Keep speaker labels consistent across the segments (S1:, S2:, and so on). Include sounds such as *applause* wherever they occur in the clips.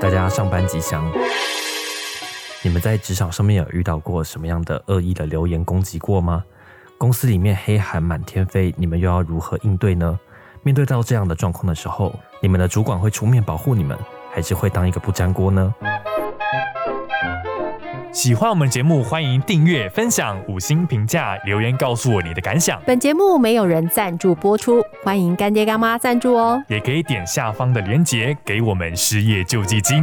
S1: 大家上班吉祥。你们在职场上面有遇到过什么样的恶意的留言攻击过吗？公司里面黑函满天飞，你们又要如何应对呢？面对到这样的状况的时候，你们的主管会出面保护你们，还是会当一个不粘锅呢？
S2: 喜欢我们节目，欢迎订阅、分享、五星评价、留言告诉我你的感想，
S3: 本节目没有人赞助播出，欢迎干爹干妈赞助哦。
S2: 也可以点下方的链接给我们失业救济金。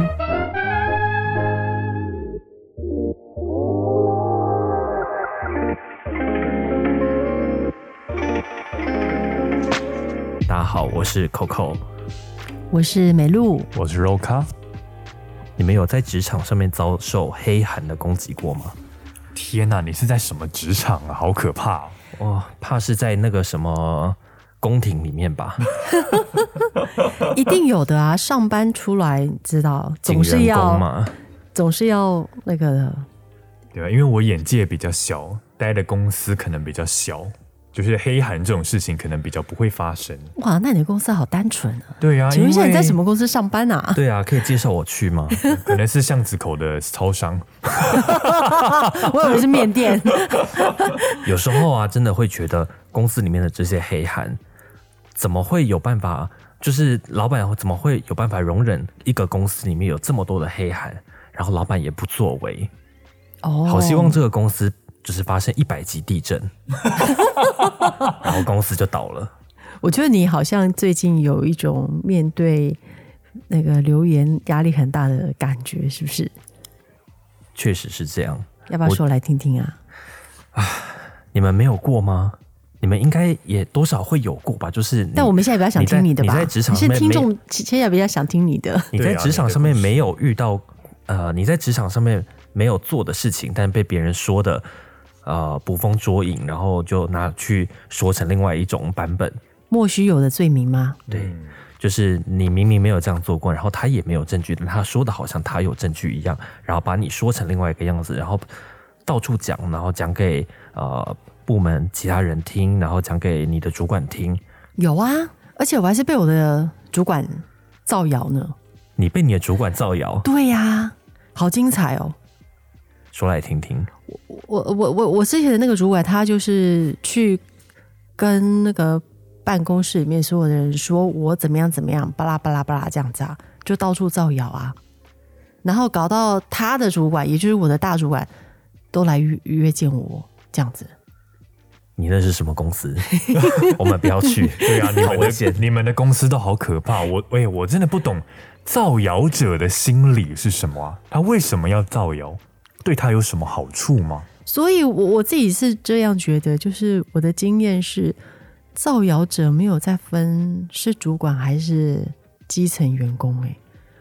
S1: 大家好，我是 Coco。
S3: 我是美露，
S2: 我是 Roka，
S1: 你们有在职场上面遭受黑函的攻击过吗？
S2: 天哪、你是在什么职场啊？好可怕、哦！
S1: 哦，怕是在那个什么宫廷里面
S3: *laughs*
S1: 吧？
S3: 一定有的啊！上班出来知道，总
S1: 景
S3: 是
S1: 仁宫
S3: 要
S1: 嘛。
S3: 总是要那个的。
S2: 对吧？因为我眼界比较小，待的公司可能比较小，就是黑函这种事情可能比较不会发生。
S3: 哇，那你的公司好单纯啊！
S2: 对啊，
S3: 请问一下
S2: 因为
S3: 你在什？么公司上班啊？
S1: 对啊，可以介绍我去
S3: *laughs*
S1: 吗？
S2: 可能是巷子口的超 *laughs* 商。
S3: *laughs* 我以为是
S1: *laughs*
S3: 面店。
S1: 有时候啊，真的会觉得公司里面的这些黑函，怎么会有办法？就是老板怎么会有办法容忍一个公司里面有这么多的黑函，然后老板也不作为？
S3: 哦
S1: 好希望这个公司就是发生一百级地
S3: *laughs*
S1: 震，然后公司就倒了。
S3: 我觉得你好像最近有一种面对那个留言压力很大的感觉，是不是？
S1: 确实是这样，
S3: 要不要说来听听啊？
S1: 你们没有过吗？你们应该也多少会有过吧？就是你，
S3: 但我们现在比较想听
S1: 你
S3: 的
S1: 在
S3: 吧？
S1: 你在职场
S3: 现
S1: 上面
S3: 在听
S1: 没
S3: 众现在比较想听
S1: *laughs*
S3: 你的。
S1: 你在
S2: 对啊
S1: 职场
S2: 你的
S1: 上面
S2: 故事
S1: 没有遇到，呃，你在职场上面没有做的事情，但被别人说的，呃，捕风捉影，然后就拿去说成另外一种版本。
S3: 莫须有的罪名吗？
S1: 对，
S2: 嗯
S1: 就是你明明没有这样做过，然后他也没有证据，但他说的好像他有证据一样，然后把你说成另外一个样子，然后到处讲，然后讲给呃部门其他人听，然后讲给你的主管听。
S3: 有啊，而且我还是被我的主管造谣呢。
S1: 你被你的主管造谣，
S3: 对呀、好精彩哦！
S1: 说来听听。
S3: 我我我我之前的那个主管，他就是去跟那个办公室里面所有的人说我怎么样怎么样，巴拉巴拉巴拉这样子啊，就到处造谣啊，然后搞到他的主管，也就是我的大主管，都来约约见我这样子。
S1: 你那是什么公司？我们不要去。
S2: 对啊，你
S1: 好
S2: 们
S1: 危险
S2: 的。你们的公司都好可怕。我哎、我真的不懂造谣者的心理是什么啊？他为什么要造谣？对他有什么好处吗？
S3: 所以我，我自己是这样觉得，就是我的经验是，造谣者没有在分是主管还是基层员工、欸，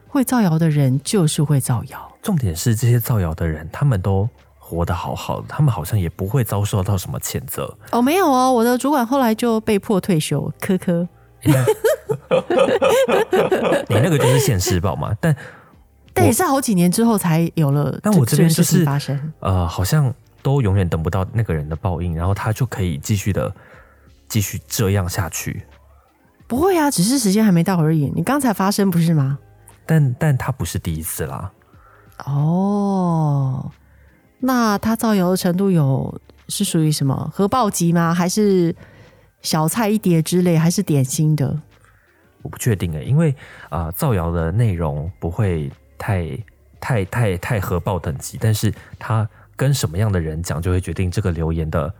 S3: 会造谣的人就是会造谣。
S1: 重点是这些造谣的人，他们都活得好好的，他们好像也不会遭受到什么谴责。 *laughs*
S3: 哦，没有哦，我的主管后来就被迫退休，科科。
S1: 你那个就是现世报嘛？但
S3: 但也是好几年之后才有了，
S1: 但我这边
S3: 个
S1: 就
S3: 事
S1: 是
S3: 情发生。
S1: 呃，好像都永远等不到那个人的报应，然后他就可以继续的继续这样下去。
S3: 不会啊，只是时间还没到而已。你刚才发生不是吗？
S1: 但但他不是第一次啦，
S3: 哦，那他造谣的程度有是属于什么核爆级吗？还是小菜一碟之类？还是点心的？
S1: 我不确定诶、因为啊、呃造谣的内容不会太太太太核爆等级，但是他跟什么样的人讲，就会决定这个留言的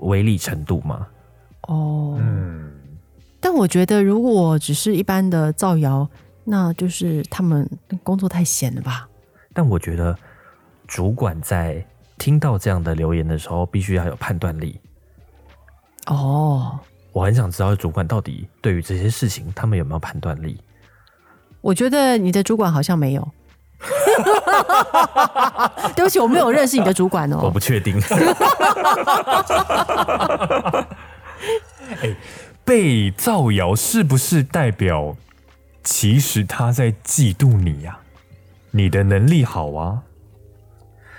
S1: 威力程度嘛。
S3: 哦，
S2: 嗯，
S3: 但我觉得如果只是一般的造谣，那就是他们工作太闲了吧？
S1: 但我觉得主管在听到这样的留言的时候，必须要有判断力。
S3: 哦，
S1: 我很想知道主管到底对于这些事情，他们有没有判断力？
S3: 我觉得你的主管好像没 *laughs* 有。对不起，我没有认识你的主管
S1: 我
S3: 哦。
S1: 不确定。
S2: 被造谣是不是代表其实他在嫉妒你呀、你的能力好啊，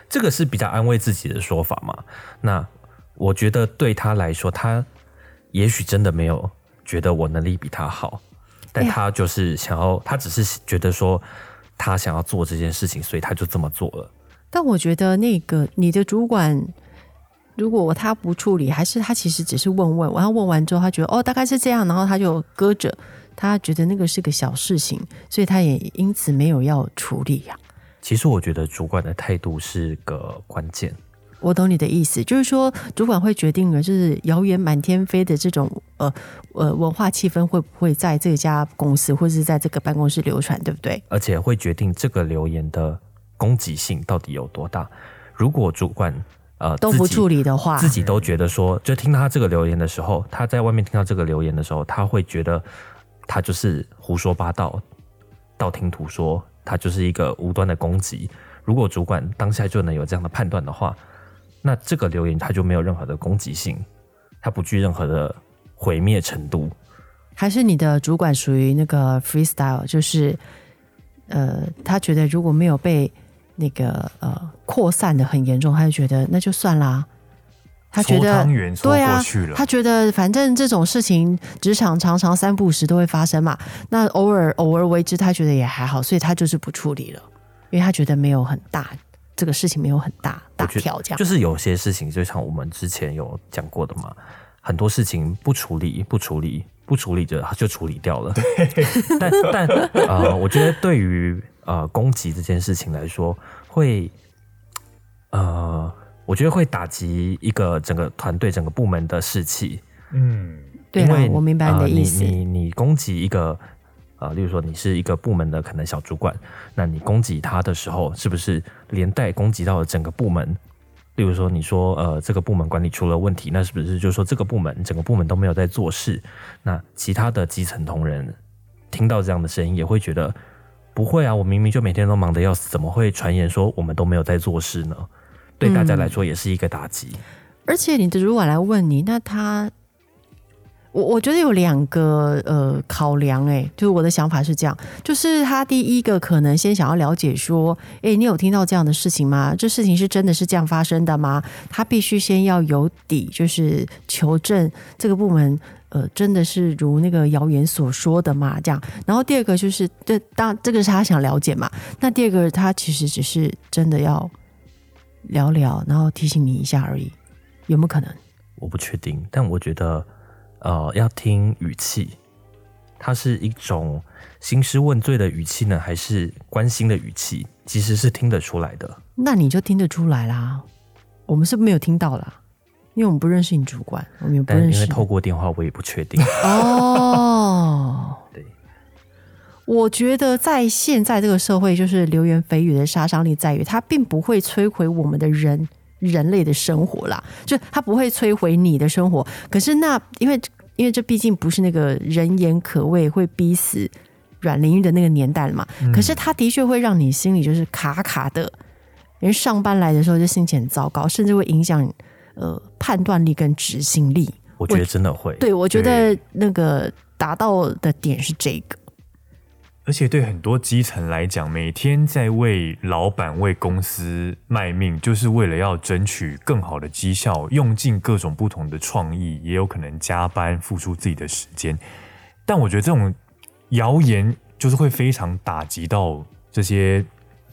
S1: 这个是比较安慰自己的说法嘛。那我觉得对他来说，他也许真的没有觉得我能力比他好，但
S3: 哎呀
S1: 他就是想要，他只是觉得说他想要做这件事情，所以他就这么做了。
S3: 但我觉得那个你的主管，如果他不处理，还是他其实只是问问，然后问完之后，他觉得哦大概是这样，然后他就搁着，他觉得那个是个小事情，所以他也因此没有要处理呀、
S1: 其实我觉得主管的态度是个关键。
S3: 我懂你的意思，就是说主管会决定了，就是谣言满天飞的这种呃呃文化气氛会不会在这家公司或是在这个办公室流传，对不对？
S1: 而且会决定这个留言的攻击性到底有多大。如果主管呃
S3: 都不处
S1: 理
S3: 理的话，
S1: 自己都觉得说，就听到他这个留言的时候，他在外面听到这个留言的时候，他会觉得他就是胡说八道、道听途说，他就是一个无端的攻击。如果主管当下就能有这样的判断的话，那这个留言他就没有任何的攻击性，他不具任何的毁灭程度。
S3: 还是你的主管属于那个 freestyle，就是呃，他觉得如果没有被那个呃扩散的很严重，他就觉得那就算啦。他觉
S2: 搓
S3: 得
S2: 汤圆搓
S3: 对啊
S2: 过去了，
S3: 他觉得反正这种事情职场常常三不五时都会发生嘛，那偶尔偶尔为之，他觉得也还好，所以他就是不处理了，因为他觉得没有很大这个事情没有很大大
S1: 我觉得
S3: 条这样
S1: 就。是有些事情，就像我们之前有讲过的嘛，很多事情不处理、不处理、不处理着它就处理掉了。 *laughs* 但但呃，我觉得对于呃攻击这件事情来说，会呃，我觉得会打击一个整个团队、整个部门的士气。
S2: 嗯，
S3: 对
S1: 因
S3: 啦
S1: 为，
S3: 我明白你
S1: 呃
S3: 的意思。
S1: 你你你攻击一个呃，例如说你是一个部门的可能小主管，那你攻击他的时候，是不是连带攻击到了整个部门？例如说，你说呃，这个部门管理出了问题，那是不是就说这个部门整个部门都没有在做事？那其他的基层同仁听到这样的声音，也会觉得不会啊，我明明就每天都忙得要死，怎么会传言说我们都没有在做事呢？对大
S3: 嗯
S1: 家来说也是一个打击。
S3: 而且你的主管来问你，那他，我我觉得有两个呃考量、欸，哎，就是我的想法是这样，就是他第一个可能先想要了解说，哎、你有听到这样的事情吗？这事情是真的是这样发生的吗？他必须先要有底，就是求证这个部门。呃，真的是如那个谣言所说的嘛？这样，然后第二个就是，这当这个是他想了解嘛？那第二个他其实只是真的要聊聊，然后提醒你一下而已。有没有可能？
S1: 我不确定，但我觉得，呃，要听语气，它是一种兴师问罪的语气呢，还是关心的语气？其实是听得出来的。
S3: 那你就听得出来啦。我们是没有听到啦，因为我们不认识你主管，我们也不
S1: 但
S3: 认
S1: 因为
S3: 识。
S1: 透过电话，我也不确
S3: *laughs*
S1: 定。
S3: 哦，
S1: 对，
S3: 我觉得在现在这个社会，就是流言蜚语的杀伤力在于，它并不会摧毁我们的人人类的生活啦，就它不会摧毁你的生活。可是那因为因为这毕竟不是那个人言可畏会逼死阮玲玉的那个年代了嘛，可是它的确会让你心里就是卡卡的，因为上班来的时候就心情很糟糕，甚至会影响呃判断力跟执行力。
S1: 我觉得真的会。
S3: 对，我觉
S2: 对
S3: 得那个达到的点是这个。
S2: 而且对很多基层来讲，每天在为老板、为公司卖命，就是为了要争取更好的绩效，用尽各种不同的创意，也有可能加班，付出自己的时间。但我觉得这种谣言就是会非常打击到这些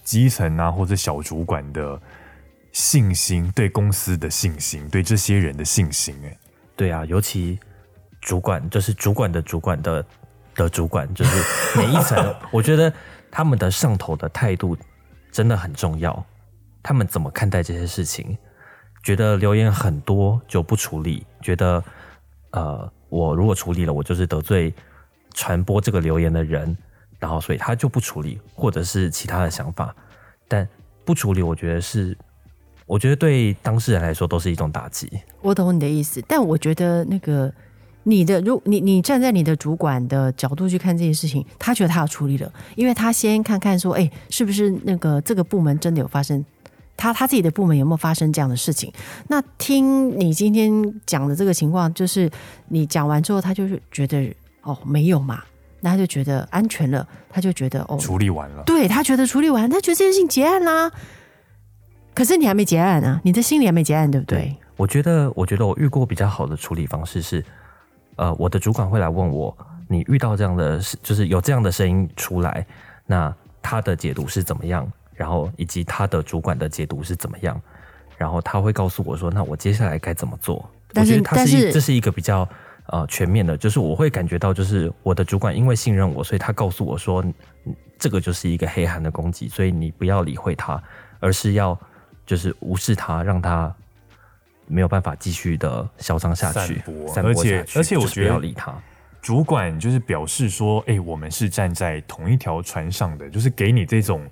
S2: 基层啊或者小主管的信心，对公司的信心，对这些人的信心、哎，
S1: 对啊，尤其主管，就是主管的主管的的主管，就是每一层， *laughs* 我觉得他们的上头的态度真的很重要。他们怎么看待这些事情？觉得留言很多就不处理，觉得呃，我如果处理了，我就是得罪传播这个留言的人，然后所以他就不处理，或者是其他的想法。但不处理，我觉得是，我觉得对当事人来说都是一种打击。
S3: 我懂你的意思，但我觉得那个你的，如你你站在你的主管的角度去看这件事情，他觉得他有处理了，因为他先看看说，哎、是不是那个这个部门真的有发生。他他自己的部门有没有发生这样的事情？那听你今天讲的这个情况，就是你讲完之后，他就是觉得哦没有嘛，那他就觉得安全了，他就觉得哦
S2: 处理完了，
S3: 对他觉得处理完，他觉得这件事情结案啦、可是你还没结案啊，你的心里还没结案，对不对？
S1: 对我觉得，我觉得我遇过比较好的处理方式是，呃，我的主管会来问我，你遇到这样的事，就是有这样的声音出来，那他的解读是怎么样，然后以及他的主管的解读是怎么样，然后他会告诉我说，那我接下来该怎么做。
S3: 但是
S1: 我觉得他
S3: 但
S1: 是一
S3: 是
S1: 这是一个比较呃全面的，就是我会感觉到，就是我的主管因为信任我，所以他告诉我说，嗯这个就是一个黑函的攻击，所以你不要理会他，而是要就是无视他，让他。没有办法继续的嚣张下去，
S2: 散播
S1: 散
S2: 而
S1: 播
S2: 且
S1: 下去
S2: 而且我
S1: 就是
S2: 觉
S1: 不
S2: 得
S1: 要理他，
S2: 主管就是表示说，哎、我们是站在同一条船上的，就是给你这种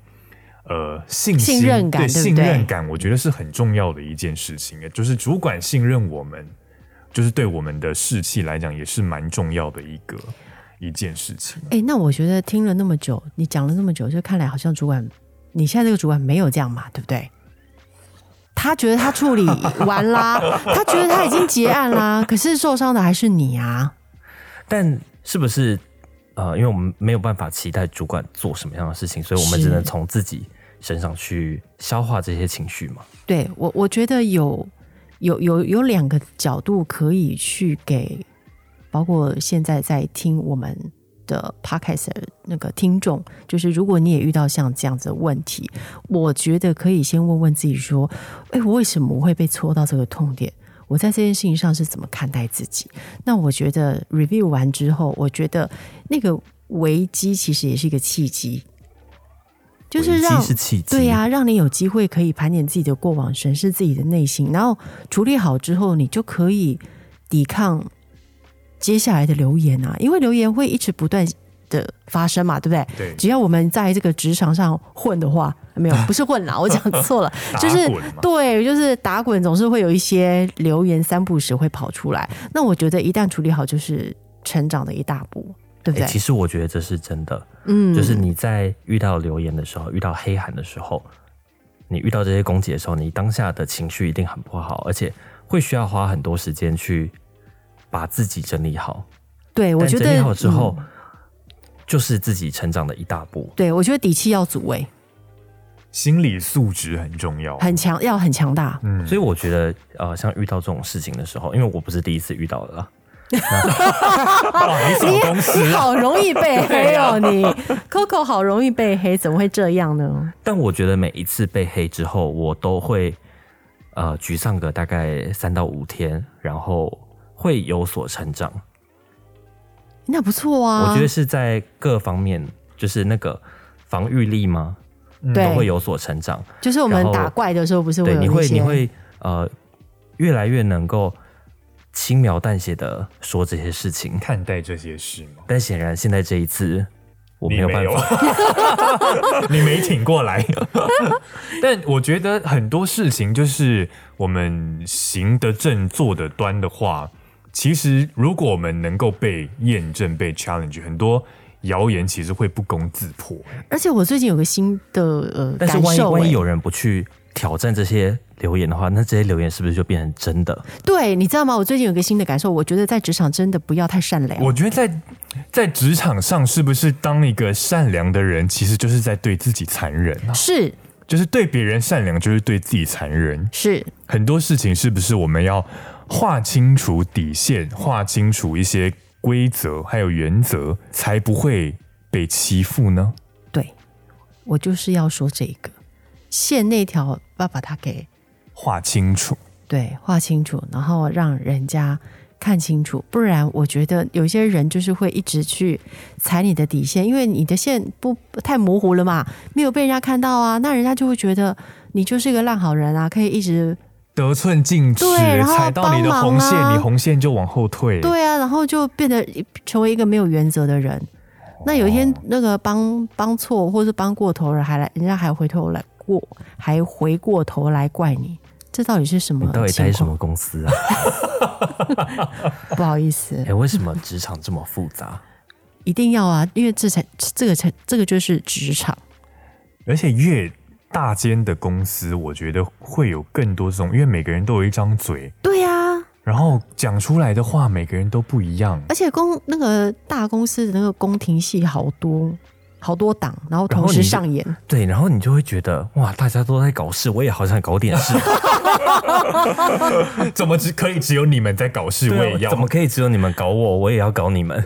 S2: 呃信心
S3: 信任感
S2: 对
S3: 对不
S2: 信
S3: 对
S2: 任感，我觉得是很重要的一件事情，就是主管信任我们，就是对我们的士气来讲也是蛮重要的一个一件事情。
S3: 哎、那我觉得听了那么久，你讲了那么久，就看来好像主管，你现在这个主管没有这样嘛，对不对？他觉得他处理完啦， *laughs* 他觉得他已经结案啦，可是受伤的还是你啊。
S1: 但是不是呃，因为我们没有办法期待主管做什么样的事情，所以我们
S3: 是
S1: 只能从自己身上去消化这些情绪嘛。
S3: 对我，我觉得有有有有两个角度可以去给，包括现在在听我们的 podcast 的那个听众，就是如果你也遇到像这样子的问题，我觉得可以先问问自己说，哎，我为什么会被戳到这个痛点？我在这件事情上是怎么看待自己？那我觉得 review 完之后，我觉得那个危机其实也是一个契机，就是
S1: 危机
S3: 让
S1: 是契机，
S3: 对呀、、让你有机会可以盘点自己的过往，审视自己的内心，然后处理好之后，你就可以抵抗接下来的流言啊，因为流言会一直不断的发生嘛，对不对？
S2: 对，
S3: 只要我们在这个职场上混
S1: *laughs*
S3: 的话，没有不是混啦，我讲错了，
S2: 打
S3: 就是
S2: 滚嘛
S3: 对，就是打滚总是会有一些流言三不时会跑出来。那我觉得一旦处理好，就是成长的一大步，对不
S1: 诶
S3: 对？
S1: 哎其实我觉得这是真的，
S3: 嗯，
S1: 就是你在遇到留言的时候，遇到黑函的时候，你遇到这些攻击的时候，你当下的情绪一定很不好，而且会需要花很多时间去把自己整理好。
S3: 对，我
S1: 但
S3: 觉
S1: 整理
S3: 得
S1: 好之
S3: 嗯
S1: 后，就是自己成长的一大步。
S3: 对我觉得底气要足诶、哎
S2: 心理素质很重要，
S3: 很强，要很强大。
S2: 嗯，
S1: 所以我觉得，呃，像遇到这种事情的时候，因为我不是第一次遇到的啦，
S2: 哇你
S3: 你
S2: 找公司
S3: 你
S2: 啊，
S3: 好容
S1: *laughs*
S3: 易被黑
S1: 啊
S3: 哦，你 Coco 好容易被黑，怎么会这样呢？
S1: 但我觉得每一次被黑之后，我都会呃沮丧个大概三到五天，然后会有所成长。
S3: 那不错啊，
S1: 我觉得是在各方面，就是那个防御力嘛，
S3: 对
S1: 都会有所成长。
S3: 就是我们
S1: 然后
S3: 打怪的时候，不是
S1: 对，
S3: 会有
S1: 你
S3: 那
S1: 会
S3: 些
S1: 你会呃越来越能够轻描淡写的说这些事情，
S2: 看待这些事吗？
S1: 但显然现在这一次我没
S2: 你
S1: 有办法。*laughs*
S2: 有你没挺过来。但我觉得很多事情就是我们行得正、坐得端的话，其实如果我们能够被验证、被 challenge，很多谣言其实会不攻自破。
S3: 而且我最近有个新的呃
S1: 但是
S3: 感
S1: 万一
S3: 受、
S1: 万一
S3: 欸，
S1: 有人不去挑战这些留言的话，那这些留言是不是就变成真的？
S3: 对，你知道吗？我最近有个新的感受，我觉得在职场真的不要太善良。
S2: 我觉得在在职场上，是不是当一个善良的人，其实就是在对自己残忍啊？
S3: 是
S2: 就是对别人善良，就是对自己残忍。
S3: 是，
S2: 很多事情是不是我们要划清楚底线，划清楚一些规则还有原则，才不会被欺负呢？
S3: 对我就是要说这个线那条要把它给
S2: 划清楚，
S3: 对，画清楚，然后让人家看清楚，不然我觉得有些人就是会一直去踩你的底线，因为你的线不不太模糊了嘛，没有被人家看到啊，那人家就会觉得你就是一个烂好人啊，可以一直
S2: 得寸进尺，
S3: 对然后
S2: 踩到你的
S3: 帮
S2: 红
S3: 忙啊
S2: 线，你红线就往后退。
S3: 对啊，然后就变得成为一个没有原则的人。那有一天那个帮帮错或是帮过头了，还来人家还回头来过，还回过头来怪你，这到底是什么
S1: 你
S3: 情
S1: 到
S3: 况？
S1: 底待什么公司啊？
S3: 不好意思
S1: 哎、，为什么职场这么复杂？
S3: 一定要啊，因为这才这个才这个就是职场，
S2: 而且越大间的公司，我觉得会有更多这种，因为每个人都有一张嘴，
S3: 对啊呀、
S2: 然后讲出来的话，每个人都不一
S3: *laughs*
S2: 样。
S3: 而且公那个大公司的那个宫廷戏好多好多档，然后同时上演，
S1: 对，然后你就会觉得哇，大家都在搞事，我也好想搞点 *laughs* 事。
S2: 怎么只可以只有你们在搞事，我也
S1: 对啊
S2: 要
S1: 怎么可以只有你们搞我，我也要搞你们？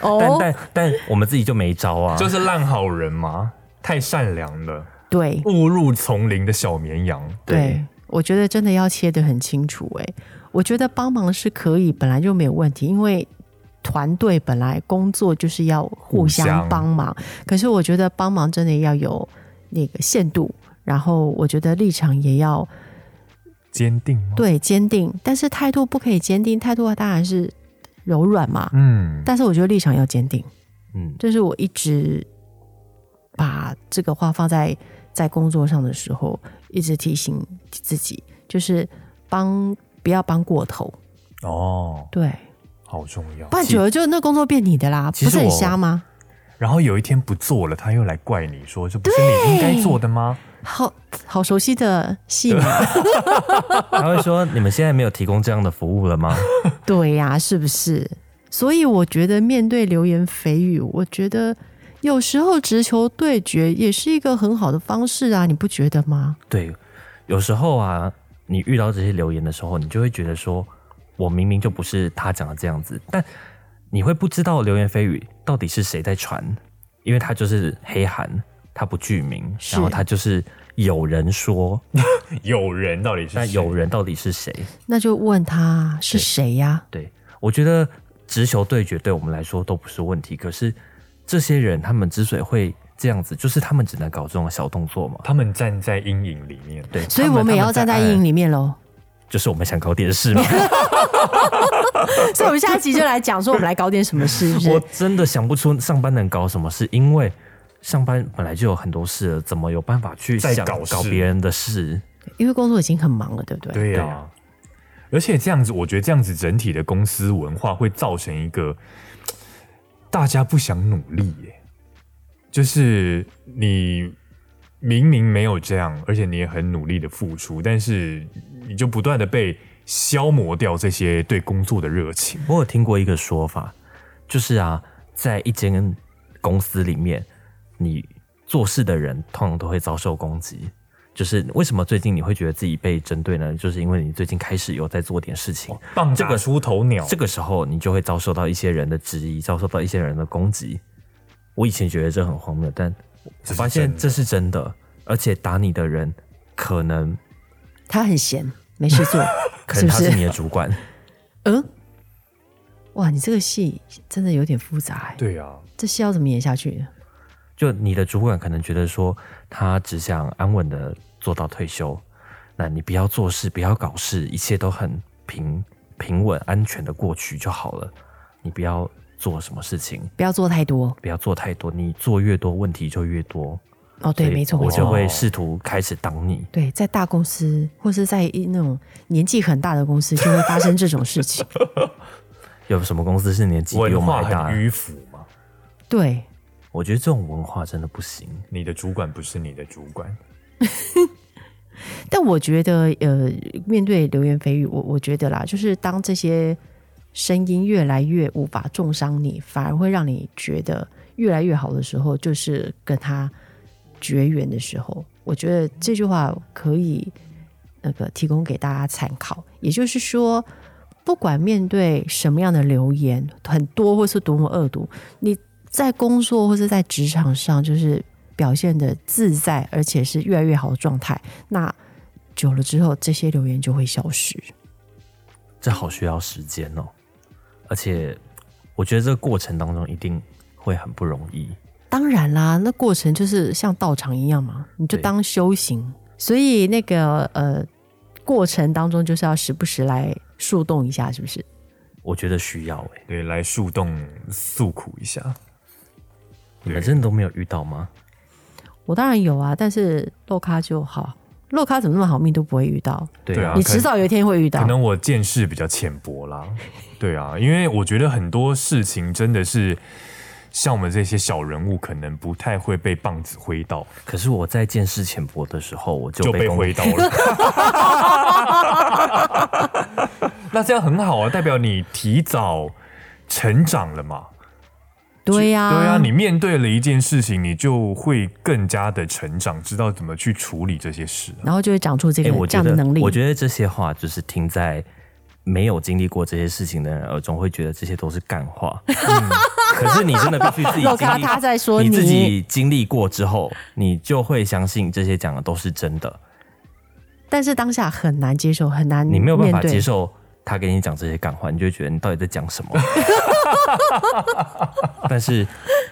S1: 但
S3: 哦，
S1: 但但我们自己就没招啊。
S2: 就是烂好人嘛。太善良了，
S3: 对
S2: *laughs* 误入丛林的小绵羊。
S1: 对
S3: 我觉得真的要切得很清楚、欸。哎，我觉得帮忙是可以，本来就没有问题，因为团队本来工作就是要互
S2: 互
S3: 相
S2: 相
S3: 帮忙。可是我觉得帮忙真的要有那个限度，然后我觉得立场也要
S2: 坚定吗？，
S3: 对坚定，但是态度不可以坚定，态度当然是柔软嘛。
S2: 嗯，
S3: 但是我觉得立场要坚定，
S1: 嗯，
S3: 这是我一直把这个话放在在工作上的时候，一直提醒自己，就是帮不要帮过头，
S2: 哦，
S3: 对，
S2: 好重要
S3: 不。然久了就那工作变你的啦，
S1: 其
S3: 不
S1: 实
S3: 是很
S1: 我
S3: 瞎吗？
S2: 然后有一天不做了，他又来怪你说这不是你应该做的吗？
S3: 好好熟悉的戏码，
S1: 他会说你们现在没有提供这样的服务了吗？
S3: 对呀、是不是？所以我觉得面对流言蜚语，我觉得有时候直球对决也是一个很好的方式啊，你不觉得吗？
S1: 对，有时候啊，你遇到这些留言的时候，你就会觉得说，我明明就不是他讲的这样子，但你会不知道流言蜚语到底是谁在传，因为他就是黑函，他不具名，
S3: 是
S1: 然后他就是有人说，
S2: 有人到底是
S1: 那
S2: 谁
S1: 有人到底是谁？
S3: 那就问他是
S1: 对
S3: 谁呀、
S1: 对我觉得直球对决对我们来说都不是问题，可是这些人他们之所以会这样子，就是他们只能搞这种小动作嘛。
S2: 他们站在阴影里面，
S1: 对，
S3: 所以
S1: 他
S3: 我们也
S1: 他
S3: 要站在
S1: 暗
S3: 阴影里面喽。
S1: 就是我们想搞点事嘛。
S3: *laughs* 所以我们下一集就来讲说我们来搞点什么事，是不
S1: 我
S3: 是？
S1: 真的想不出上班能搞什么事，因为上班本来就有很多事了，怎么有办法去
S2: 再
S1: 想
S2: 搞事
S1: 搞别人的事？
S3: 因为工作已经很忙了，对不对？
S2: 对呀、
S1: 对啊
S2: 而且这样子，我觉得这样子整体的公司文化会造成一个大家不想努力耶，就是你明明没有这样，而且你也很努力的付出，但是你就不断的被消磨掉这些对工作的热情。
S1: 我有听过一个说法，就是啊，在一间公司里面，你做事的人通常都会遭受攻击。就是为什么最近你会觉得自己被针对呢？就是因为你最近开始有在做点事情，
S2: 棒
S1: 这
S2: 打
S1: 个
S2: 出头鸟，
S1: 这个时候你就会遭受到一些人的质疑，遭受到一些人的攻击。我以前觉得这很荒谬，但我
S2: 是
S1: 发现
S2: 真的
S1: 这是真的，而且打你的人可能，
S3: 他很闲，没事做
S1: *laughs* 可
S3: 是
S1: 能
S3: 不
S1: 他是你
S3: 是？
S1: 的主管，
S3: 嗯，哇，你这个戏真的有点复杂、欸，
S2: 对啊，
S3: 这戏要怎么演下去？
S1: 就你的主管可能觉得说他只想安稳的做到退休，那你不要做事，不要搞事，一切都很平平稳、安全的过去就好了，你不要做什么事情，
S3: 不要做太多
S1: 不要做太多，你做越多问题就越多。
S3: 哦。对，没错，
S1: 我
S3: 没
S1: 就
S3: 错。
S1: 会试图开始挡你。
S3: 对，在大公司或是在一那种年纪很大的公司，就会发生这种事情。
S1: 有什么公司是年纪比
S2: 文
S1: 我们
S2: 化
S1: 还大
S2: 很？迂腐嘛。
S3: 对，
S1: 我觉得这种文化真的不行。
S2: 你的主管不是你的主管，
S3: 但我觉得，呃，面对流言蜚语，我我觉得啦，就是当这些声音越来越无法重伤你，反而会让你觉得越来越好的时候，就是跟他绝缘的时候。我觉得这句话可以那个提供给大家参考。也就是说，不管面对什么样的留言，很多或是多么恶毒，你在工作或是在职场上，就是表现的自在，而且是越来越好的状态，那久了之后，这些留言就会消失。
S1: 这好需要时间哦，而且我觉得这个过程当中一定会很不容易。
S3: 当然啦，那过程就是像道场一样嘛，你就
S1: 对
S3: 当修行。所以那个呃，过程当中就是要时不时来树动一下，是不是？
S1: 我觉得需要哎、
S2: 对，来树洞诉苦一下。
S1: 你们真的都没有遇到吗？
S3: 我当然有啊，但是洛咖就好，洛咖怎么那么好命都不会遇到，
S1: 对
S2: 对啊
S3: 你
S2: 可能
S3: 迟早有一天会遇到
S2: 可。能我见识比较浅
S1: *laughs*
S2: 薄啦。对啊，因为我觉得很多事情真的是像我们这些小人物，可能不太会被棒子挥到，
S1: 可是我在见识浅薄的时候，我就
S2: 就
S1: 被
S2: 被
S1: 攻
S2: 挥到了。 *laughs* 那这样很好啊，代表你提早成长了嘛？
S3: 对呀、
S2: 对啊，你面对了一件事情，你就会更加的成长，知道怎么去处理这些事啊、
S3: 然后就会长出这
S1: 哎、
S3: 个、
S1: 我觉
S3: 这样
S1: 得
S3: 的能力。
S1: 我觉得这些话就是听在没有经历过这些事情的人耳中，会觉得这些都是干话。嗯可是你真的必须自己
S3: 肉
S1: 经
S3: 咖
S1: 历，
S3: 他在说
S1: 你自
S3: 你
S1: 己经历过之后，你就会相信这些讲的都是真的，
S3: 但是当下很难接受，很难
S1: 你没有办法
S3: 嗯面对
S1: 接受他给你讲这些干话，你就会觉得你到底在讲什么。 *laughs* 但是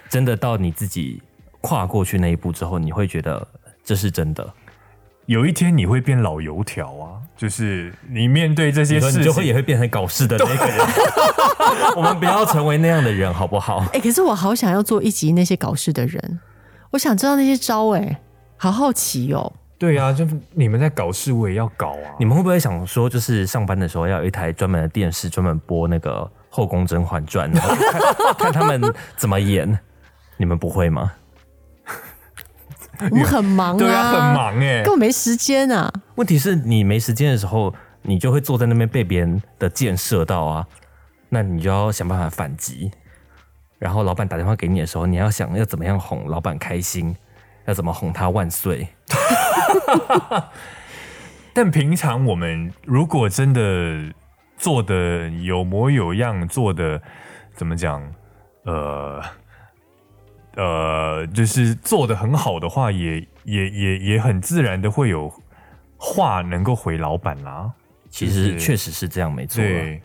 S1: 真的到你自己跨过去那一步之后，你会觉得这是真的，
S2: 有一天你会变老油条啊，就是你面对这些
S1: 你说
S2: 事
S1: 你
S2: 情，
S1: 就会也会变成搞事的那
S2: *laughs*
S1: 个人。我们不要成为那样的人，好不好？
S3: 哎、可是我好想要做一集那些搞事的人，我想知道那些招哎、好好奇哦。
S2: 对啊，就你们在搞事，我也要搞啊。
S1: 你们会不会想说，就是上班的时候要有一台专门的电视，专门播那个《后宫甄嬛传》，然后看看他们怎么演？你们不会吗？哎
S3: 我们很忙啊，
S2: 对啊，很，忙哎、
S3: 根本没时间啊。
S1: 问题是你没时间的时候，你就会坐在那边被别人的箭射到啊，那你就要想办法反击。然后老板打电话给你的时候，你要想要怎么样哄老板开心，要怎么哄他万岁。
S2: 但平常我们如果真的做的有模有样，做的怎么讲？呃呃，就是做的很好的话，也也也也很自然的会有话能够回老板啦。
S1: 其实
S2: 是
S1: 确实是这样，没错啊。
S2: 对，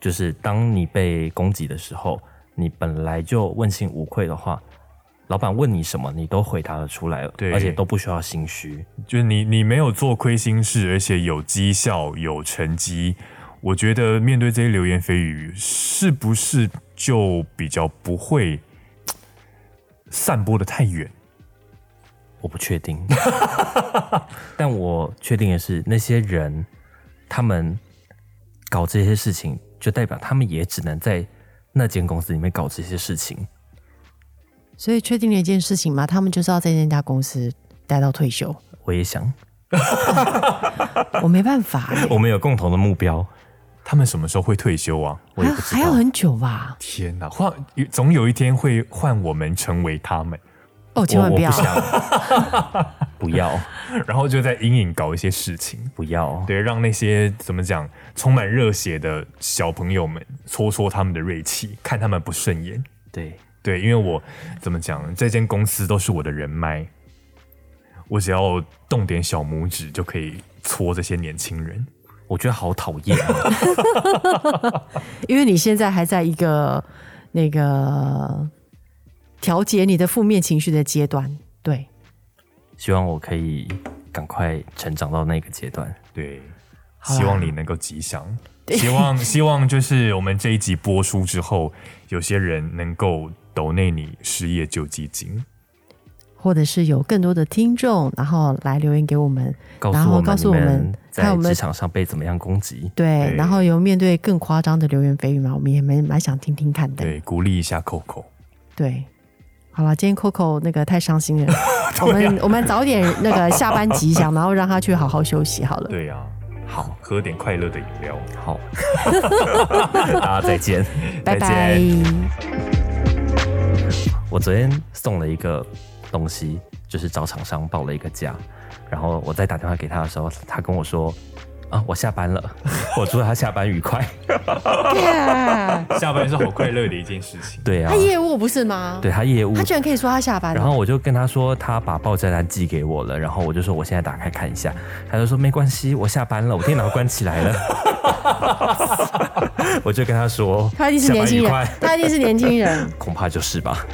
S1: 就是当你被攻击的时候，你本来就问心无愧的话，老板问你什么，你都回答得出来了，
S2: 对
S1: 而且都不需要心虚。
S2: 就是你你没有做亏心事，而且有绩效有成绩，我觉得面对这些流言蜚语，是不是就比较不会散播的太远？
S1: 我不确定， *laughs* 但我确定的是，那些人他们搞这些事情，就代表他们也只能在那间公司里面搞这些事情。
S3: 所以确定了一件事情嘛，他们就是要在那家公司待到退休。
S1: 我也想，
S3: 我没办法、欸，
S1: *laughs* 我们有共同的目标，
S2: 他们什么时候会退休啊？
S1: 我也
S3: 还
S1: 不知
S3: 还要
S1: 道。
S3: 很久吧？
S2: 天哪，换总有一天会换我们成为他们，
S3: 哦，千
S1: 我
S3: 万
S1: 我
S3: 不要
S1: 不！想，不要，
S2: 然后就在隐隐搞一些事情，
S1: 不要。
S2: 对，让那些怎么讲充满热血的小朋友们戳戳他们的锐气，看他们不顺眼。
S1: *laughs* 对，
S2: 对，因为我怎么讲，这间公司都是我的人脉，我只要动点小拇指就可以戳这些年轻人。
S1: 我觉得好讨厌啊。 *laughs*
S3: 因为你现在还在一个那个调节你的负面情绪的阶段，对，
S1: 希望我可以赶快成长到那个阶段。
S2: 对，
S3: 好啦
S2: 希望你能够吉祥。希望希望就是我们这一集播出之后，有些人能够抖内你失业救济金。
S3: 或者是有更多的听众，然后来留言给我们，
S1: 告
S3: 然
S1: 诉我
S3: 后
S1: 们
S3: 告诉我
S1: 你
S3: 们
S1: 们，
S3: 还有
S1: 在
S3: 我们
S1: 职场上被怎么样攻击。
S3: 对，
S2: 对
S3: 然后有面对更夸张的流言蜚语嘛，我们也蛮蛮想听听看的。
S2: 对，鼓励一下 Coco。
S3: 对好了，今天 Coco 那个太伤
S1: *laughs*
S3: 心了， *laughs* 我
S2: 啊
S3: 们我们早点那个下班吉祥，然后让他去好好休息好了。
S2: 对呀、好，喝点快乐的饮
S3: *laughs*
S2: 料。
S1: 好，大家再见。
S3: 拜
S2: 再
S3: 拜。
S2: 见
S3: *laughs*
S1: 我昨天送了一个东西，就是找厂商报了一个价，然后我在打电话给他的时候，他跟我说。啊，我下班
S3: *laughs*
S1: 了，我祝他下班愉快。
S3: Yeah
S2: 下班是好快乐的一件事情。
S1: 对啊
S3: 啊他，业务不是吗？
S1: 对他业务
S3: 他，居然可以说他下班了，
S1: 然后我就跟他说他把报价单寄给我了，然后我就说我现在打开看一下，他就说没关系，我下班了，我电脑关起来
S3: *laughs*
S1: 了。 *laughs* 我就跟他说，
S3: 他一定是年轻
S1: 下班愉
S3: 人
S1: 快，
S3: 他一定是年轻人。
S1: 恐怕就是吧。